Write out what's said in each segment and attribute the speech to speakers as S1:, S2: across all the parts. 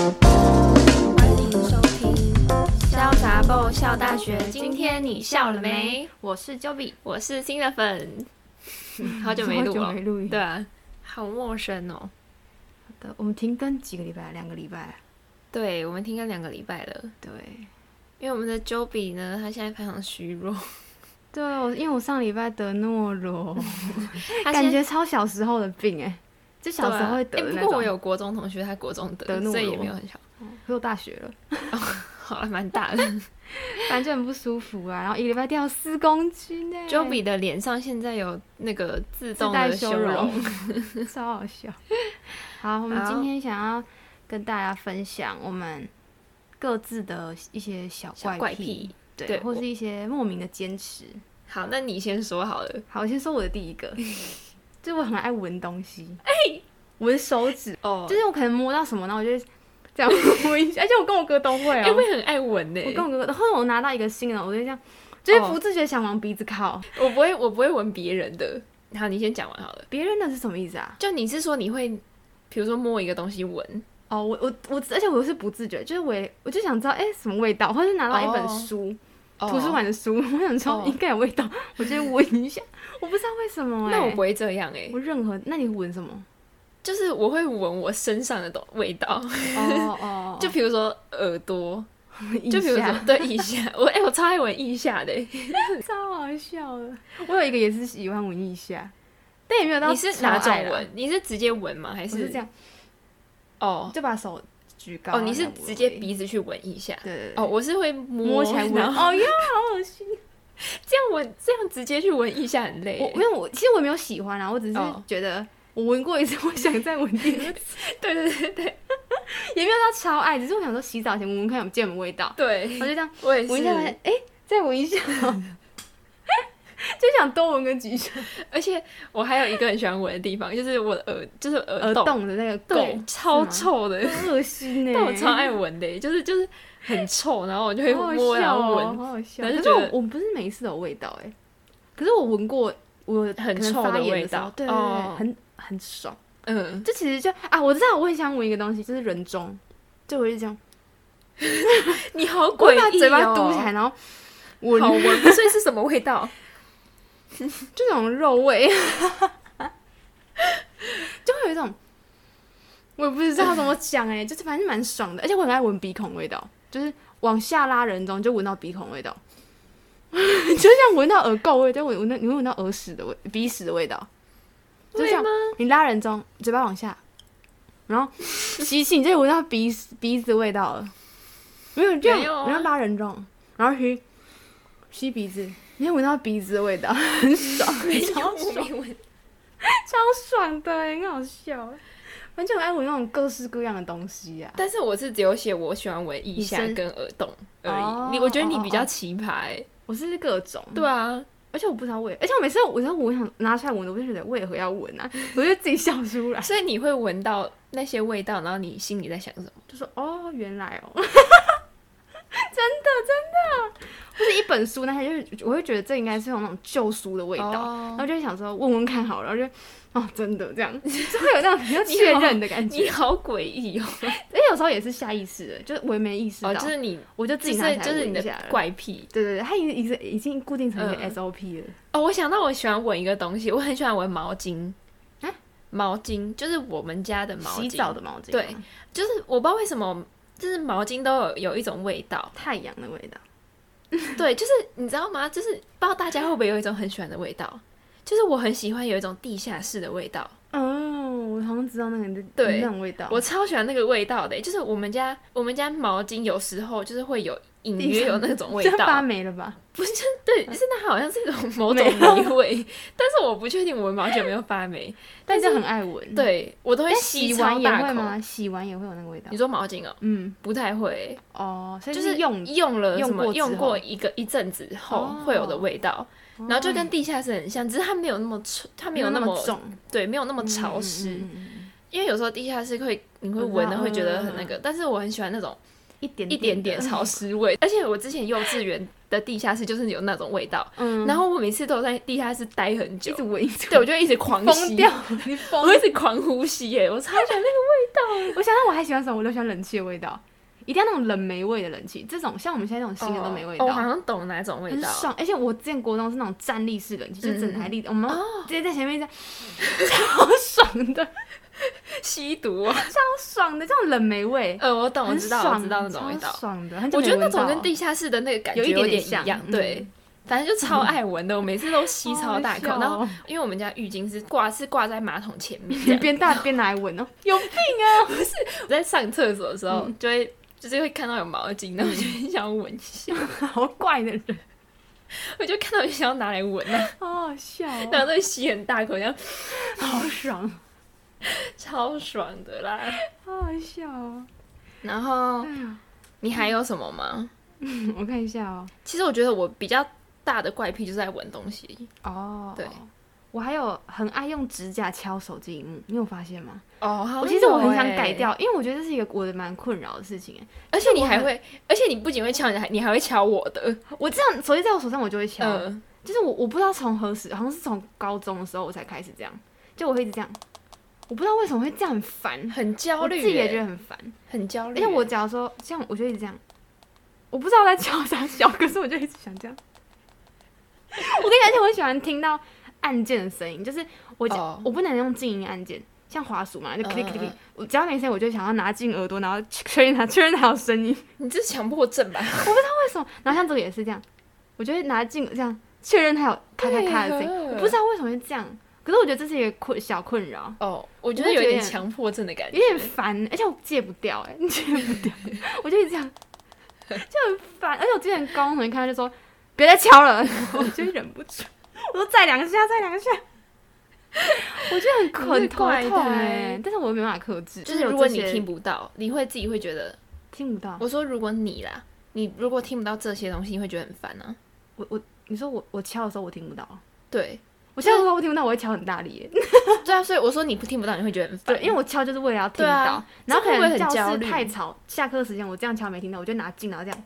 S1: 欢迎收听《潇洒 b 笑大学》，今天你笑了没？
S2: 我是 Joey，
S1: 我是新的 粉，好久没
S2: 好
S1: 录
S2: 久
S1: 了
S2: 没，录音。
S1: 对啊，好陌生哦。
S2: 好的，我们停更几个礼拜，两个礼拜。
S1: 对，我们停更两个礼拜了，
S2: 对，
S1: 因为我们的 Joby 呢，他现在非常虚 弱，
S2: 对，我因为我上礼拜得诺罗，
S1: 他
S2: 感
S1: 现在
S2: 觉超小时候的病哎、就小时候会得
S1: 对啊
S2: 的
S1: 诶
S2: 那
S1: 不
S2: 种。
S1: 过我有国中同学，他国中得，
S2: 得诺
S1: 所以也
S2: 罗
S1: 没有很小，
S2: 可我大学了，
S1: 好了，蛮大 的。
S2: 反正就很不舒服啊，然后一个礼拜掉四公斤哎、
S1: Joby 的脸上现在有那个自
S2: 自
S1: 动
S2: 带
S1: 的
S2: 修
S1: 容，，
S2: 超好笑。好，我们
S1: 好
S2: 今天想要跟大家分享我们各自的一些小
S1: 小怪癖。
S2: 对，
S1: 对
S2: 或
S1: 我
S2: 是一些莫名的坚持。
S1: 好，那你先说好了。
S2: 好，我先说我的第一 个，就是我很爱闻东西，
S1: 哎
S2: 闻手指，
S1: 哦
S2: 就是我可能摸到什么，然后我就会这样 闻一下，而且我跟我哥都会
S1: 哎、
S2: 哦、
S1: 我也很爱闻呢、
S2: 我跟我哥，然后我拿到一个新的，我就这样，就是不自觉想往鼻子靠。
S1: 我不会，我不会闻别人的。好，你先讲完好了。
S2: 别人的是什么意思啊？
S1: 就你是说你会，比如说摸一个东西闻，
S2: 哦，我我我，而且我是不自觉，就是我也我就想知道，哎、什么味道？或是拿到一本
S1: 哦
S2: 书，图书馆的书，我想说
S1: 哦
S2: 应该有味道，我就闻一下，我不知道为什么、哎，
S1: 那我不会这样哎、
S2: 我任何，那你闻什么？
S1: 就是我会闻我身上的东味道，
S2: 哦 哦
S1: 就比如说耳朵，
S2: 就
S1: 就比如说对腋 下，我哎、我超爱闻腋下的欸、
S2: 超好笑的。我有一个也是喜欢闻一下，但也没有到
S1: 你是哪
S2: 超
S1: 种
S2: 爱啦？
S1: 闻？你是直接闻吗？还
S2: 啊我
S1: 是
S2: 是这样，
S1: 哦
S2: 就把手举高。
S1: 哦，你是
S2: 然后这样
S1: 直接
S2: 闻
S1: 鼻子去闻一下？
S2: 对对对。
S1: 哦，我是会摸
S2: 摸起来闻，
S1: 然后
S2: 哦呀，好恶心！
S1: 这样闻，这样直接去闻腋下很累
S2: 我
S1: 欸。
S2: 因为我其实我没有喜欢啊，我只是
S1: 哦
S2: 觉得我闻过一次，我想再闻 第二次，
S1: 对对对对
S2: 也没有到超爱，只是我想说洗澡前闻闻看有没有什么 味道，
S1: 对
S2: 我，就这样
S1: 我也是。
S2: 闻一下，发现哎，再闻一 下，就想多闻个几下。
S1: 而且我还有一个很喜欢闻的地方，就是我的耳，就是耳
S2: 耳
S1: 洞，
S2: 洞的那个
S1: 对
S2: 垢，，
S1: 超
S2: 是
S1: 臭的。
S2: 吗，恶心欸呢。
S1: 但我超爱闻的耶，就是就是很臭，然后我就会
S2: 好好
S1: 摸然
S2: 笑
S1: 后
S2: 哦，
S1: 闻，
S2: 好好笑。
S1: 然后
S2: 可
S1: 就是觉
S2: 我
S1: 得
S2: 我不是每一次都有味道哎、可是我闻过我
S1: 很
S2: 可能
S1: 臭
S2: 发
S1: 的
S2: 炎
S1: 味
S2: 时候
S1: 道
S2: 对对对，
S1: 哦
S2: 很很爽。
S1: 嗯，
S2: 这其实就啊，我知道我很想闻一个东西，就是人中，就我就这样，
S1: 你好
S2: 我
S1: 诡
S2: 会
S1: 异
S2: 把
S1: 哦，
S2: 嘴巴嘟起来，然后闻
S1: 好闻，所以是什么味 道？
S2: 这种肉味， 就会有一种，我也不知道怎么讲哎、就是反正蛮爽的，而且我很爱闻鼻孔味道，就是往下拉人中就闻到鼻孔味道， 就像闻到耳垢味，就闻闻到你会闻到耳屎的味、鼻屎的味道，就
S1: 会
S2: 像
S1: 吗？
S2: 你拉人中，嘴巴往下，然后吸气，你就闻到鼻屎鼻子味道了，没有就
S1: 没有啊
S2: 然后拉人中，然后吸吸鼻子，你会闻到鼻子的味道，很爽，超
S1: 我
S2: 爽。
S1: 没啊闻，
S2: 超爽的欸，很好笑欸。反正我爱闻那种各式各样的东西啊呀、
S1: 但是我是只有写我喜欢闻腋下
S2: 你是
S1: 跟耳洞而
S2: 哦
S1: 已。你我觉得你
S2: 哦
S1: 比较
S2: 哦
S1: 奇葩耶，
S2: 我是各种，
S1: 对啊，
S2: 而且我不知道为，而且我每次我在闻，想拿出来闻，我就觉得为何要闻啊？我就自己笑出来，
S1: 所以你会闻到那些味道，然后你心里在想什么？
S2: 就说哦，原来哦，真的 真的，就是一本书，那它就是我会觉得这应该是有那种旧书的味道，然后
S1: 哦，
S2: 就会想说问问看好了，然后就哦，真的这样， 就会有那种比较
S1: 你
S2: 确
S1: 好
S2: 认的感觉
S1: 你。好诡异哦，
S2: 而且有时候也是下意识的，就是我也没意识到，
S1: 哦，就是你
S2: 我就自
S1: 就
S2: 己拿起
S1: 是
S2: 来
S1: 就是你
S2: 闻一
S1: 的
S2: 下了
S1: 怪癖
S2: 对对对，它已经已经已经固定成一个
S1: 嗯
S2: SOP 了。
S1: 哦。我想到我喜欢闻一个东西，我很喜欢闻毛巾
S2: 啊，
S1: 毛巾就是我们家的毛巾，
S2: 洗澡的毛巾吗，，
S1: 对就是我不知道为什么，就是毛巾都有有一种味道
S2: 太阳的味道。
S1: 对，就是你知道吗？就是不知道大家会不会有一种很喜欢的味道，就是我很喜欢有一种地下室的味道，
S2: 哦，我好像知道那个
S1: 嗯对
S2: 那种味道。
S1: 我超喜欢那个味道的、欸就是我们家我们家毛巾有时候就是会有隐约有那种味
S2: 这样发
S1: 道，
S2: 霉了吧？
S1: 不是对，就是那好像是一种某
S2: 没
S1: 种
S2: 有
S1: 霉味，但是我不确定我们毛巾有没有发霉，
S2: 但
S1: 但
S2: 是
S1: 是
S2: 很爱闻。，
S1: 对我都会
S2: 但
S1: 吸
S2: 洗
S1: 超
S2: 完也
S1: 大
S2: 会
S1: 口。
S2: 吗？洗完也会有那个味道
S1: 你。说毛巾哦、
S2: 嗯，
S1: 不太会欸、
S2: 哦，所以
S1: 就是
S2: 用
S1: 用了什么
S2: 用过之后
S1: 用过一个一阵子后
S2: 哦
S1: 会有的味道，然后就跟地下室很像，只是它没有那么臭，它没有那
S2: 么
S1: 么
S2: 重，
S1: 对，没有那么潮湿，
S2: 嗯。嗯嗯嗯嗯
S1: 因为有时候地下室会你会
S2: 我知道
S1: 闻的会觉得很那
S2: 嗯
S1: 个，但是我很喜欢那种
S2: 一点
S1: 一点点潮湿 味。而且我之前幼稚园的地下室就是有那种味道，
S2: 嗯，
S1: 然后我每次都在地下室待很久
S2: 一直，闻一 直
S1: 对我就一直狂吸
S2: 疯掉，你
S1: 我
S2: 疯
S1: 会一直狂呼吸耶、我超喜欢那个
S2: 我想想我还喜欢什么？我就喜欢冷气的味道，一定要那种冷媒味的冷气。这种像我们现在这种新的都没味道，
S1: 哦我好像懂哪种味
S2: 很
S1: 道。嗯
S2: 爽。而且我之前国中是那种站立式冷气，就整台立，我
S1: 哦
S2: 们直接在前面这样，超爽的，
S1: 吸毒啊！
S2: 超爽的，这种冷媒味，
S1: 呃，我懂，我
S2: 很
S1: 知道，
S2: 爽，
S1: 我知道那种味道
S2: 超。爽的。很久
S1: 我
S2: 没
S1: 觉得那
S2: 闻
S1: 种
S2: 到
S1: 跟
S2: 了
S1: 地下室的那个感觉
S2: 有一点
S1: 点
S2: 点
S1: 一
S2: 像
S1: 样，
S2: 嗯
S1: 对，反正就超爱闻 的，我每次都吸
S2: 好
S1: 超大口。
S2: 好笑
S1: 然后
S2: 哦
S1: 因为我们家浴巾是挂是挂在马桶前面这
S2: 你
S1: 样，
S2: 边大边拿来闻 哦，有病啊！
S1: 我在上厕所的时
S2: 嗯
S1: 候就会就是会看到有毛巾，然后我就很想要闻一下，
S2: 好怪的人，
S1: 我就看到就想要拿来闻啊，
S2: 好好笑哦、
S1: 然后都会吸很大口，这样
S2: 好爽，
S1: 超爽的啦。
S2: 好好笑哦、
S1: 然后
S2: 哎呀，
S1: 你还有什么吗？
S2: 嗯 我看一下哦、
S1: 其实我觉得我比较大的怪癖就是在闻东西。
S2: 哦，
S1: 对，
S2: 我还有很爱用指甲敲手机荧幕，你有发现吗？
S1: 哦，好像
S2: 我其实我很
S1: 有
S2: 想
S1: 欸
S2: 改，掉，因为我觉得这是一个我的蛮困扰的事情欸。
S1: 而且你
S2: 我
S1: 还
S2: 很
S1: 会，而且你不仅会敲，你还你还会敲我的。
S2: 我这样手机在我手上，我就会敲，
S1: 嗯，
S2: 就是我我不知道从何时，好像是从高中的时候我才开始这样，就我会一直这样，我不知道为什么会这样，很烦，
S1: 很焦
S2: 我
S1: 虑
S2: 自
S1: 欸，
S2: 己也觉得很烦。
S1: 很焦
S2: 而
S1: 虑欸。
S2: 且我假如说像我就一直这样，我不知道在敲啥小，可是我就一直想这样。我跟你讲，而且我很喜欢听到按键的声音，就是我讲、
S1: 哦
S2: 我不能用静音按键，像滑鼠嘛，就 click
S1: 嗯
S2: click，、
S1: 嗯嗯
S2: 我只要没声音，我就想要拿进耳朵，然后确认它确认它有声音。
S1: 你这是强迫症 吧？
S2: 为什么？然后像这个也是这样，我就会拿进这样确认它有咔咔咔的声音，
S1: 对啊
S2: 我不知道为什么会这样，可是我觉得这是一个困小困扰。
S1: 哦，我觉
S2: 我
S1: 得
S2: 会
S1: 有
S2: 觉
S1: 点
S2: 得
S1: 强迫症的感觉
S2: 有。点烦，而且我戒不掉、哎， 戒不掉，我就一直这样，就很烦。而且我之前高中同学看到就说别再敲了， 我就忍不住，我说再两下，再两下，我觉得很很
S1: 你是
S2: 头
S1: 怪
S2: 痛
S1: 胎
S2: 哎、但是我又没办法克制，
S1: 就是是
S2: 有
S1: 如果
S2: 这
S1: 你
S2: 些
S1: 听不到，你会自己会觉得，
S2: 听不到，
S1: 我说如果你啦，你如果听不到这些东西，你会觉得很烦啊。
S2: 我我你说我我敲的时候我听不到，
S1: 对，
S2: 我敲的时候我听不到，我会敲很大力、哎
S1: 对啊，所以我说你不听不到，你会觉得很烦。
S2: 对，因为我敲就是为了要听
S1: 对
S2: 到，
S1: 啊
S2: 然后
S1: 这会
S2: 可
S1: 不会很
S2: 能教
S1: 焦
S2: 室
S1: 虑
S2: 太吵，下课时间我这样敲没听到，我就拿进，然后这样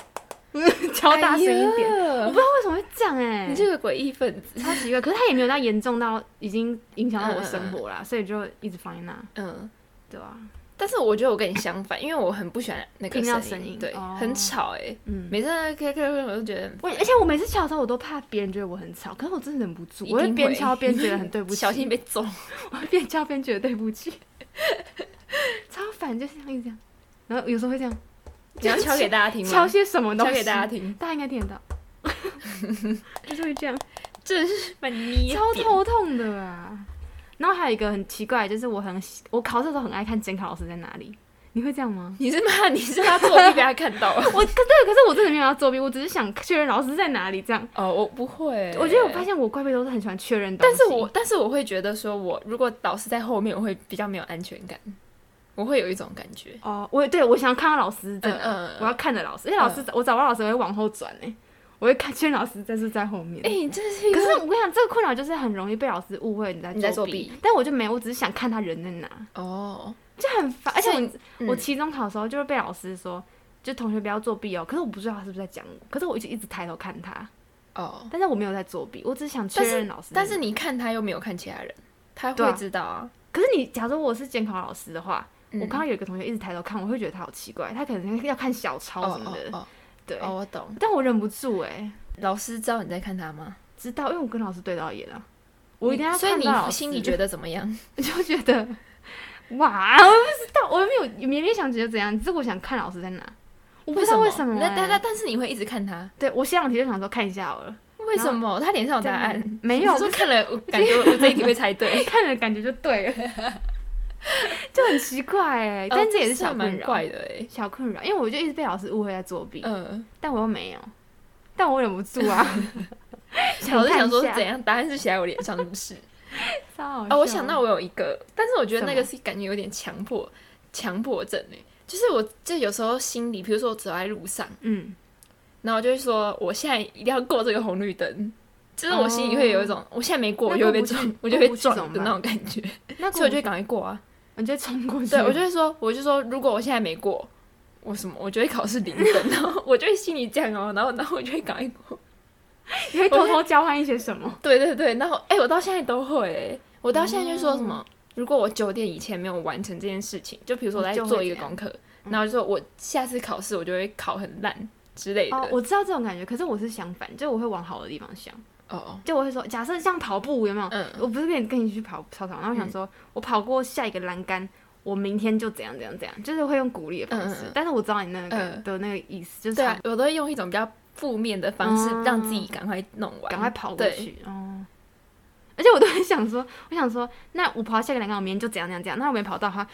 S2: 敲大声一点。我
S1: 点
S2: 不知道为什么会这样哎、
S1: 哎你这个诡异分子。
S2: 超奇怪，可是他也没有到严重到已经影响到我生活啦，所以就一直放在那，
S1: 嗯，
S2: 对吧、
S1: 但是我觉得我跟你相反，因为我很不喜欢那个
S2: 听到
S1: 声
S2: 声音
S1: 对，
S2: 哦
S1: 很吵哎。
S2: 嗯，
S1: 每次在开开会，我都觉得
S2: 我而且我每次敲的时候，我都怕别人觉得我很吵，可是我真的忍不住，
S1: 一定
S2: 我
S1: 会
S2: 会边敲边觉得很对不
S1: 不
S2: 起，
S1: 小心被 揍。
S2: 我会边敲边觉得对不起， 超烦，就是这样一直这样，然后有时候会这样
S1: 你要敲给大家听吗？
S2: 敲些什么东
S1: 敲
S2: 西，
S1: 给大家，听，
S2: 大家应该听得到， 就是会这样，
S1: 真是蛮捏
S2: 超
S1: 扁。
S2: 头痛的啊。然后还有一个很奇怪，就是我很喜我考试的时候很爱看监考老师在哪里，你会这样吗？
S1: 你是怕你是怕作弊被他看 到啊？
S2: 我可对，可是我真的没有要作弊，我只是想确认老师在哪里这样。
S1: 哦，我不会，
S2: 我觉得我发现我怪癖都是很喜欢确认东
S1: 但
S2: 西，
S1: 是我但是我会觉得说我，如果老师在后面，我会比较没有安全感，我会有一种感觉。
S2: 哦，我对我想要看到老师在哪，
S1: 嗯嗯嗯
S2: 我要看着老师，因为老师、我找不到老师我会往后转哎、我会看确认老师在是在后面。
S1: 哎、你这是一
S2: 可
S1: 个
S2: 是我跟你讲，这个困扰就是很容易被老师误会你在
S1: 你在
S2: 作
S1: 作弊
S2: 但我就没有，我只是想看他人在哪，
S1: 哦，
S2: 就很烦。而且我、
S1: 所以嗯
S2: 我期中考的时候就是被老师说，就同学不要作弊哦。可是我不知道他是不是在讲我，可是我一直一直抬头看他，
S1: 哦，
S2: 但是我没有在作弊，我只是想确
S1: 但是
S2: 认老师在
S1: 但
S2: 哪
S1: 是你看他又没有看其他人，他
S2: 对
S1: 会
S2: 啊
S1: 知道啊。
S2: 可是你，假如我是监考老师的话，
S1: 嗯
S2: 啊我看到有一个同学一直抬头看，我会觉得他好奇怪，他可能要看小抄
S1: 哦
S2: 什么
S1: 哦
S2: 的，
S1: 哦
S2: 对。
S1: 哦，我懂。
S2: 但我忍不住哎、
S1: 老师知道你在看他吗？
S2: 知道，因为我跟老师对到眼了，我一定要
S1: 所以
S2: 看
S1: 你
S2: 到老师
S1: 心里觉得怎么样？
S2: 我 就觉得，哇，我不知道，我没有，也没想觉得怎样，只是我想看老师在哪，我不知道为什么、欸。
S1: 那但但但是你会一直看他，
S2: 对我写两题就想说看一下好了，
S1: 为什么？他脸上有答案。
S2: 没有
S1: 你，说看了，我感觉我这一题会猜对。 哦
S2: 看了感觉就对了， 就很奇怪哎、
S1: 哦
S2: 但这也是
S1: 算
S2: 小困
S1: 蛮
S2: 扰，
S1: 怪的哎。
S2: 小困扰，因为我就一直被老师误会在作弊。
S1: 嗯，
S2: 但我又没有，但我忍不住 啊。
S1: 老
S2: 想
S1: 师想说是
S2: 看一下
S1: 怎，样，答案是写在我脸上，是不是？
S2: 超好
S1: 啊，
S2: 笑哦
S1: 我想到我有一个，但是我觉得
S2: 什
S1: 那
S2: 么
S1: 个是感觉有点强迫强迫症哎、就是我就有时候心里，比如说我走在路上，
S2: 嗯，
S1: 然后我就会说我现在一定要过这个红绿灯，就是我心里会有一种、我现在没过，
S2: 哦那
S1: 我就会被
S2: 过不去
S1: 撞，我
S2: 过
S1: 就会
S2: 不
S1: 被
S2: 去
S1: 撞
S2: 怎么
S1: 的那
S2: 办
S1: 种感觉，
S2: 那
S1: 所以我就会
S2: 就
S1: 赶快过啊。
S2: 我就冲过去，
S1: 对，我就会说，我就说如果我现在没过，我什么，我就会考试零分，然后我就会心里这样哦，然后然后我就会搞一锅。
S2: 你会偷偷交换一些什么？
S1: 对对对，然后哎、我到现在都会、欸，我到现在就说什么，如果我九点以前没有完成这件事情，就比如说我在
S2: 你就会
S1: 做一个
S2: 怎样
S1: 功课，然后就说我下次考试我就会考很烂之类的。
S2: 哦，我知道这种感觉，可是我是相反，就我会往好的地方想，
S1: 哦，
S2: 就我会说，假设像跑步有没有？
S1: 嗯
S2: 我不是跟你跟你去跑操场，然后我想说，我跑过下一个栏杆，我明天就怎样怎样怎样，就是会用鼓励的方式
S1: 嗯嗯嗯，
S2: 但是我知道你那个
S1: 嗯
S2: 的那个意思，就是
S1: 对啊
S2: 差，
S1: 我都会用一种比较负面的方式
S2: 哦
S1: 让自己赶快弄完，
S2: 赶快跑过
S1: 对
S2: 去哦。而且我都很想说，我想说，那我跑到下一个栏杆，我明天就怎样怎样怎样，那我没跑到的话，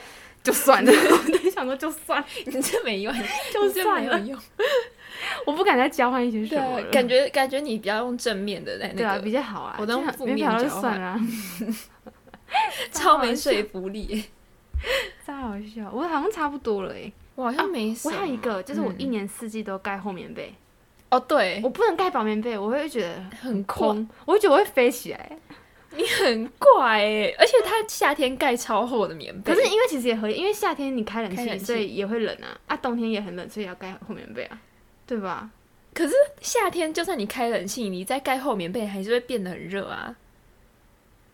S2: 就算了。 我都想说，就算了，
S1: 你这没 用，
S2: 就
S1: 你这没
S2: 算
S1: 有
S2: 了，
S1: 用。
S2: 我不敢再交换一些什
S1: 对啊
S2: 么了。，
S1: 感觉感觉你比较用正面的在
S2: 对啊，
S1: 那
S2: 比
S1: 个，
S2: 较好啊。
S1: 我都
S2: 这样
S1: 负
S2: 没
S1: 面
S2: 跑到就
S1: 交换
S2: 算了啊。
S1: 超没说服力。
S2: 太好笑，我好像差不多了诶。
S1: 我好像没什
S2: 我
S1: 么，
S2: 还有一个，就是我一
S1: 嗯
S2: 年四季都盖厚棉被，
S1: 哦，对，
S2: 我不能盖薄棉被，我会觉得
S1: 很空，
S2: 空，我会觉得我会飞起来。
S1: 你很怪哎，而且它夏天盖超厚的棉被，
S2: 可是因为其实也合理，因为夏天你开冷
S1: 开冷
S2: 气，
S1: 气
S2: 所以也会冷啊。啊，冬天也很冷，所以要盖厚棉被啊，对吧？
S1: 可是夏天就算你开冷气，你再盖厚棉被还是会变得很热啊。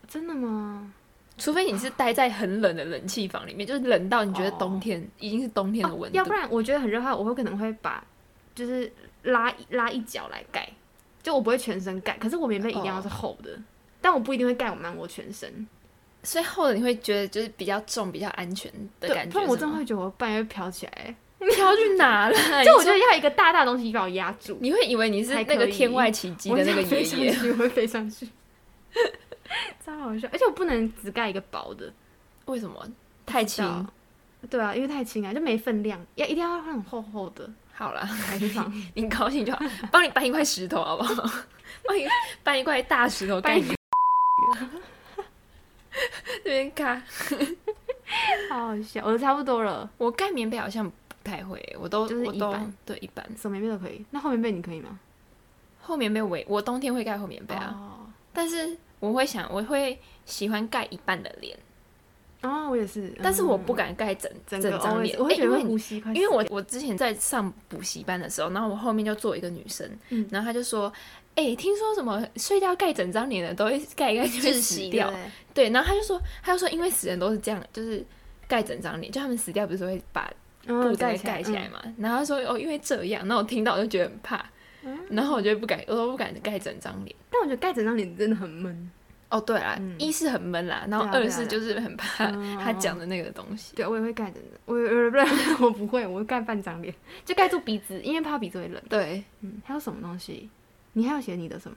S2: 真的吗？
S1: 除非你是待在很冷的冷气房里面，就是冷到你觉得冬天、已经是冬天的
S2: 哦
S1: 温度，
S2: 要不然我觉得很热的话，我会可能会把就是拉一拉一角来盖，就我不会全身盖，可是我棉被一定要是厚
S1: 哦
S2: 的，但我不一定会盖满我全身。
S1: 所以厚的你会觉得就是比较重、比较安全的
S2: 对，
S1: 感
S2: 不
S1: 觉是
S2: 然
S1: 吗。
S2: 我真的会觉得我半夜会飘起来、欸。
S1: 飘去哪了？
S2: 就我
S1: 你说
S2: 觉得要一个大大的东西把我压住，
S1: 你会以为你是那个天外奇迹
S2: 我
S1: 的那个
S2: 想飞
S1: 爷
S2: 上
S1: 爷，
S2: 去，我会飞上去， 超好笑。而且我不能只盖一个薄的，
S1: 为什么太轻？
S2: 知道对啊，因为太轻啊，就没分量，要一定要很厚厚 的
S1: 好啦，
S2: 才去放。
S1: 你高兴就好，帮你搬一块石头好不好？ 帮你搬一块大石头
S2: 搬
S1: 盖
S2: 一
S1: 你。 这边咔，
S2: 好好笑，我的差不多了，
S1: 我盖棉被好像不太会，我都
S2: 就是
S1: 我
S2: 一
S1: 都
S2: 般
S1: 对一般。
S2: 什么棉被都可以。那后棉被你可以吗？
S1: 厚棉被我也我冬天会盖厚棉被啊，
S2: 啊。
S1: 但是我会想我会喜欢盖一半的脸，
S2: 哦，我也是，
S1: 但是我
S2: 嗯
S1: 不敢盖整
S2: 整个
S1: 整张
S2: 哦
S1: 脸，
S2: 我会
S1: 哎
S2: 觉得
S1: 因
S2: 会
S1: 为你
S2: 呼吸快死
S1: 因
S2: 掉，
S1: 为我我之前在上补习班的时候，然后我后面就坐一个女生，
S2: 嗯
S1: 然后她就说：“哎、听说什么睡觉盖整张脸的都会盖一盖就会死掉。
S2: 对不对
S1: 对，然后她就说，她就说因为死人都是这样，就是盖整张脸，就他们死掉不是会把布
S2: 嗯，
S1: 整个盖起来
S2: 嗯
S1: 嘛。然后她说哦，因为这样，那我听到我就觉得很怕，
S2: 嗯
S1: 然后我就不敢，我都不敢盖整张脸。
S2: 但我觉得盖整张脸真的很 闷。
S1: 哦，对啦，
S2: 嗯
S1: 一是很闷啦，然后
S2: 对啊对啊
S1: 二是就是很怕
S2: 嗯
S1: 她讲的那个东西。
S2: 对，我也会盖的，我我不是我不会，我会盖半张脸， 就盖住鼻子，因为怕鼻子会冷。
S1: 对
S2: 嗯，还有什么东西？你还有写你的什么？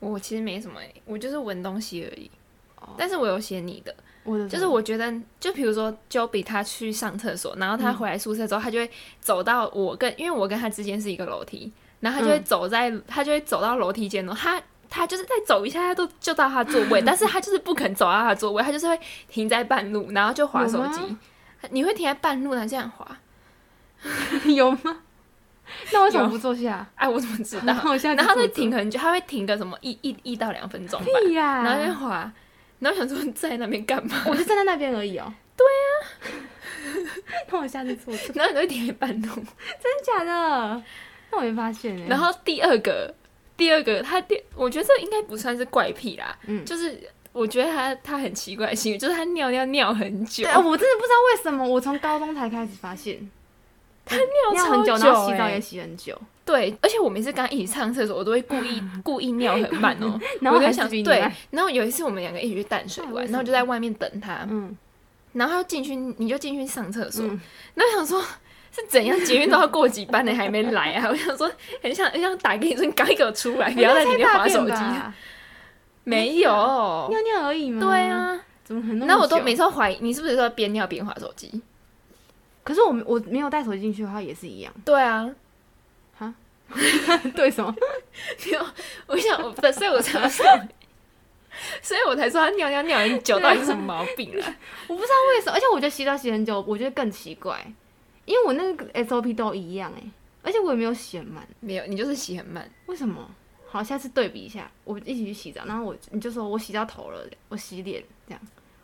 S1: 我其实没什么、欸，我就是闻东西而已。
S2: 哦
S1: 但是我有写你的。
S2: 我的
S1: 就是我觉得，就比如说 Joey 他去上厕所，然后
S2: 嗯
S1: 他回来宿舍之后，他就会走到我跟，因为我跟他之间是一个楼梯，然后他就会
S2: 嗯
S1: 走在，他就会走到楼梯间哦，他他就是再走一下，他都就到他座位，但是他就是不肯走到他的座位，他就是会停在半路，然后就划手
S2: 有
S1: 机。你会停在半路，然后这样划？
S2: 是 有吗？那为什么
S1: 有
S2: 不坐下？
S1: 哎，我怎么 知道
S2: 然？后我现在
S1: 然后他
S2: 就
S1: 会停很久，他会停个什么一一一到两分钟吧，
S2: 屁哎啊呀、
S1: 然后在那边划，然后想说在那边干嘛？
S2: 我就站在那边而已哦。对啊，那我下次坐，真
S1: 然后你就会停在半路。
S2: 的假的？那我没发现哎、
S1: 然后第二个，第二个，他第，我觉得这应该不算是怪癖啦，
S2: 嗯
S1: 就是我觉得他他很奇怪的行为， 就是他尿尿尿很久，
S2: 对啊，我真的不知道为什么，我从高中才开始发现尿
S1: 超
S2: 很
S1: 久、
S2: 久，然后洗澡也
S1: 欸
S2: 洗很久，
S1: 对，而且我每次跟他一起上厕所，我都会故意故意尿很慢 哦、
S2: 然后
S1: 我就
S2: 还
S1: 想
S2: 是比你
S1: 对
S2: 慢，
S1: 然后有一次我们两个一起去淡水
S2: 哎为
S1: 玩，
S2: 什
S1: 然后我就
S2: 么
S1: 在外面等他，
S2: 嗯
S1: 然后他就进去，你就进去上厕所，
S2: 嗯，
S1: 然后我想说。是怎样？捷运都要过几班了，还没来啊！我 想说，很想很想打给你说，你赶快给我出来，不要在里面
S2: 那
S1: 划
S2: 才大
S1: 手
S2: 便
S1: 机。
S2: 吧
S1: 没有，
S2: 尿尿而已吗？
S1: 对，啊，
S2: 怎么可能那么久？
S1: 那我都每次都怀疑你是不是说边尿边划手机？
S2: 可是我没我没有带手机进去的话也 是一样，
S1: 对啊，
S2: 对什么？
S1: 我想我，所以我才说，所以我才说他尿尿尿很久，
S2: 对
S1: 到
S2: 啊
S1: 底是什么毛病啊？
S2: 我不知道为什么，而且我觉得洗澡洗很久，我觉得更奇怪，因为我那个 SOP 都一样哎、而且我也没有洗很慢，
S1: 没有，你就是洗很慢。
S2: 为什么？好，下次对比一下，我们一起去洗澡，然后我你就说我洗到头了，我洗脸这样，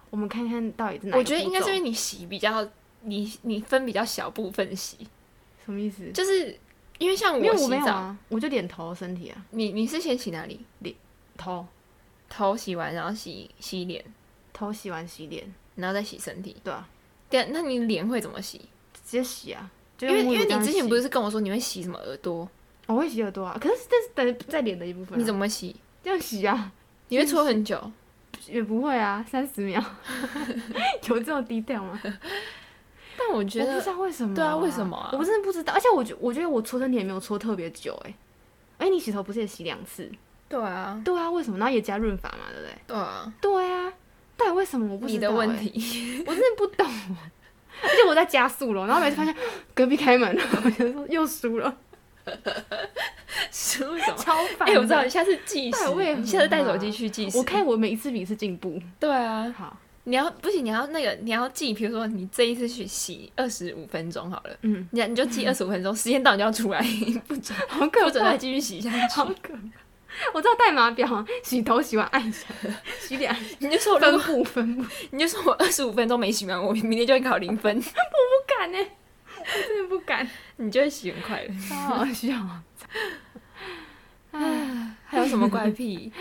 S2: 我们看看到底是哪一个
S1: 我觉得应该是因为
S2: 步骤
S1: 你洗比较，你你分比较小部分洗，
S2: 什么意思？
S1: 就是因为像
S2: 因为
S1: 我
S2: 我
S1: 洗
S2: 没有
S1: 澡，
S2: 啊，我就脸头身体啊，
S1: 你你是先洗哪里？
S2: 头
S1: 头洗完，然后洗洗脸，
S2: 头洗完洗脸，
S1: 然后再洗身体。
S2: 对啊，
S1: 对，那你脸会怎么洗？
S2: 直接洗啊。就
S1: 因
S2: 用
S1: 为因
S2: 沐浴
S1: 为
S2: 乳这样
S1: 你之前
S2: 洗
S1: 不是跟我说你会洗什么耳朵？
S2: 我会洗耳朵啊，可是这是等在脸的一部分啊、
S1: 你怎么洗？
S2: 这样洗啊？
S1: 你会搓很久？
S2: 也不会啊，三十秒， 有这么低调吗？
S1: 但我觉
S2: 我不
S1: 得
S2: 知道为什么、
S1: 对啊为什么啊
S2: 我真的不知道，而且我觉我觉得我搓身体也没有搓特别久哎、哎、你洗头不是也洗两次？
S1: 对啊，
S2: 对啊，为什么？然后也加润发嘛，对不对？
S1: 对啊，
S2: 对啊，到底为什么我不知
S1: 你
S2: 道、
S1: 的
S2: 欸？
S1: 问， 题。
S2: 我真的不懂。而且我在加速 了，然后每次发现隔壁开门了，我就说又输了，
S1: 输什么？
S2: 超 烦。
S1: 哎、我知道，你，下次计时
S2: 到底为，什么
S1: 你下次带手机去计时。
S2: 我看我每一次比一次进步。
S1: 对啊，
S2: 好，
S1: 你要不行，你要那个，你要记，比如说你这一次去洗二十五分钟好了，
S2: 嗯，
S1: 你你就记二十五分钟，时间到你就要出来， 不准
S2: 好可
S1: 不
S2: 怕，
S1: 准再继续洗下
S2: 好
S1: 去。
S2: 可怕！我知道代码表，洗头、洗完按一下，洗脸按一下
S1: 你就说我如
S2: 分
S1: 果
S2: 布分布，不
S1: 你就说我二十五分钟没洗完，我明天就会考零分，
S2: 敢呢、我真的不敢，
S1: 你就会洗很快了。
S2: 超好哦笑。唉，
S1: 还有什么怪癖？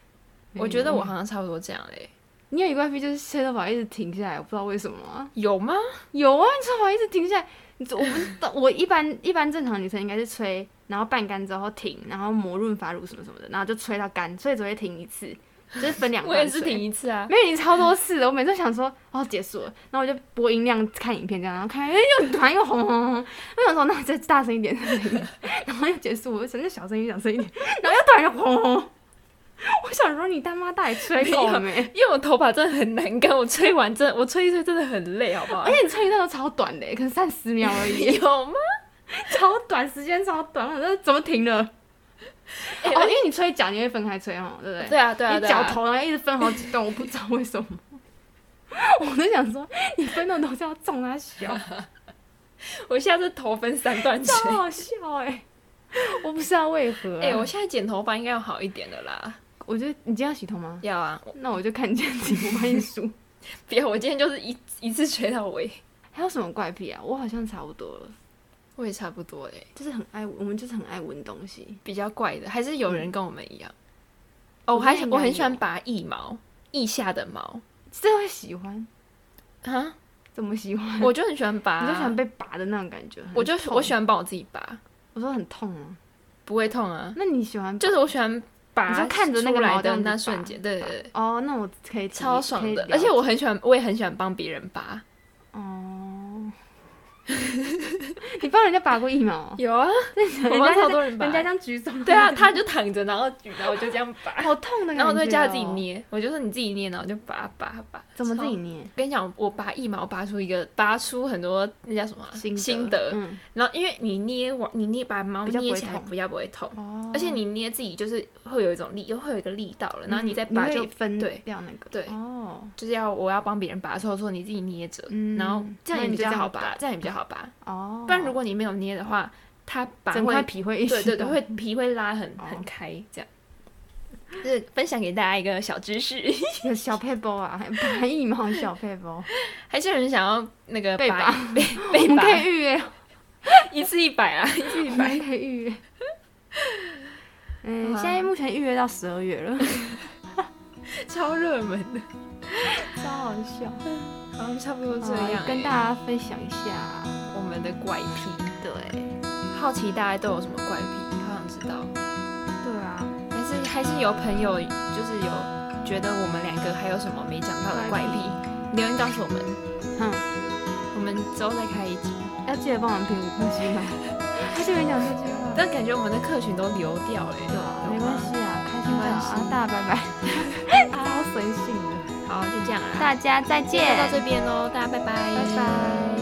S1: 我觉得我好像差不多这样欸嘞、
S2: 你有一个怪癖就是吹头发一直停下来，我不知道为什么啊、
S1: 有吗？
S2: 有啊，你吹头发一直停下来，你我不知道，我一般一般正常女生应该是吹，然后半干之后停，然后抹润发乳什么什么的，然后就吹到干，所以只会停一次，就是分两
S1: 我
S2: 段
S1: 也是
S2: 吹
S1: 停一次啊。
S2: 没有，你超多次的。我每次想说，哦，结束了，然后我就播音量看影片这样，然后看，哎，又突然又红红红。我想说，那再大声一点，大声一点然后又结束，我就想再小声一点，小声一点，然后又突然又红红。我想说，你大妈到底吹够了没？
S1: 因为我头发真的很难干，我吹完真的我吹一吹真的很累，好不好
S2: 而？且你吹一段都超短的，可能三十秒而已，
S1: 有吗？
S2: 超短，时间超短。我这怎么停了？
S1: 哎
S2: 哦，因为你吹脚你会分开吹哦，对不对？
S1: 对啊，对啊，
S2: 你
S1: 对
S2: 脚
S1: 啊。
S2: 头然后一直分好几段，我不知道为什么。 我就想说，你分段都是要中他小。
S1: 我现在是头分三段 吹。
S2: 超好笑
S1: 欸
S2: 哎、我不知道为何、啊。
S1: 哎、我现在剪头发应该要好一点的啦。
S2: 我觉得你今天要洗头吗？
S1: 要啊，
S2: 那我就看你今天洗，我帮你 数。
S1: 不要，我今天就是一一次吹到尾。
S2: 还有什么怪癖啊？我好像差不多了，
S1: 我也差不多嘞，
S2: 就是很爱，我们就是很爱闻东西。
S1: 比较怪的，还是有人跟我们一样。哦，我
S2: 我
S1: 还
S2: 觉得应该
S1: 我很喜欢
S2: 有
S1: 拔腋毛，腋下的毛
S2: 这会喜欢？
S1: 啊，
S2: 怎么喜欢？
S1: 我就很喜欢拔、
S2: 你就喜欢被拔的那种感觉？很
S1: 啊我就
S2: 痛
S1: 我喜欢帮我自己拔，
S2: 我说很痛啊。
S1: 不会痛啊，
S2: 那你喜欢
S1: 就是我喜欢拔，
S2: 你就看着那个毛
S1: 来
S2: 这
S1: 的
S2: 样子拔
S1: 那瞬间，对对对，
S2: 哦？那我可以提
S1: 超爽的
S2: 可以，了
S1: 而且我很喜欢，我也很喜欢帮别人拔。
S2: 哦，你帮人家拔过腋毛哦？
S1: 有啊， 我
S2: 人
S1: 帮
S2: 家
S1: 超多人拔
S2: 人。家这样举手，
S1: 对啊，他就躺着，然后举，然后我就这样拔，
S2: 好痛的感觉、
S1: 然
S2: 哦。
S1: 后在家自己，捏，我就说你自己捏，然后就拔拔拔。
S2: 怎么自己
S1: 超？
S2: 捏？
S1: 跟你讲，我拔腋毛，拔出一个，拔出很多那叫什么啊
S2: 心
S1: 心得。
S2: 嗯，
S1: 然后因为你捏完，你捏把毛
S2: 比较不会
S1: 捏起来
S2: 痛
S1: 比较不会痛，
S2: 哦
S1: 而且你捏自己就是会有一种力，又会有一个力道了，然后
S2: 嗯
S1: 你再拔
S2: 把
S1: 就
S2: 哦分
S1: 对
S2: 掉那个，
S1: 对
S2: 哦，
S1: 就是要我要帮别人拔的时候说你自己捏着，
S2: 嗯
S1: 然后这样也
S2: 那
S1: 比
S2: 你就
S1: 较
S2: 这样
S1: 好拔
S2: 拔，
S1: 这样也比较好拔。
S2: 哦，
S1: 不然如果你没有捏的话，它拔
S2: 整
S1: 会
S2: 块皮会一起
S1: 对对对，
S2: 动
S1: 会皮会拉很
S2: 哦
S1: 很开，这样。就是分享给大家一个小知识，
S2: 有小配包啊，拔一毛小配 包，
S1: 还是有人想要那个
S2: 被
S1: 拔 被
S2: 我
S1: 被
S2: 们
S1: 拔
S2: 可以预约，
S1: 一次一百啊，一次
S2: 我
S1: 一 百
S2: 们。可以 预约。嗯，
S1: 好啊
S2: 现在目前预约到十二月了，
S1: 超热门的。
S2: 超好 笑。
S1: 然后差不多这
S2: 好
S1: 样欸，
S2: 跟大家分享一下，啊
S1: 我们的怪癖，
S2: 对，
S1: 好奇大家都有什么怪癖，好想知道。
S2: 对啊，
S1: 还是还是有朋友就是有觉得我们两个还有什么没讲到的怪癖，留言告诉我们，
S2: 嗯，
S1: 我们之后再开一集。
S2: 要记得帮我们评五颗 星啊。他就没讲这句话，
S1: 但感觉我们的客群都流掉了、欸
S2: 对啊，没关系啊，开心
S1: 没
S2: 就好啊
S1: 关系，
S2: 大家拜拜， 大家好随性的。
S1: 好，就这样啦，啊
S2: 大家再见，
S1: 到这边喽，大家拜拜，
S2: 拜拜。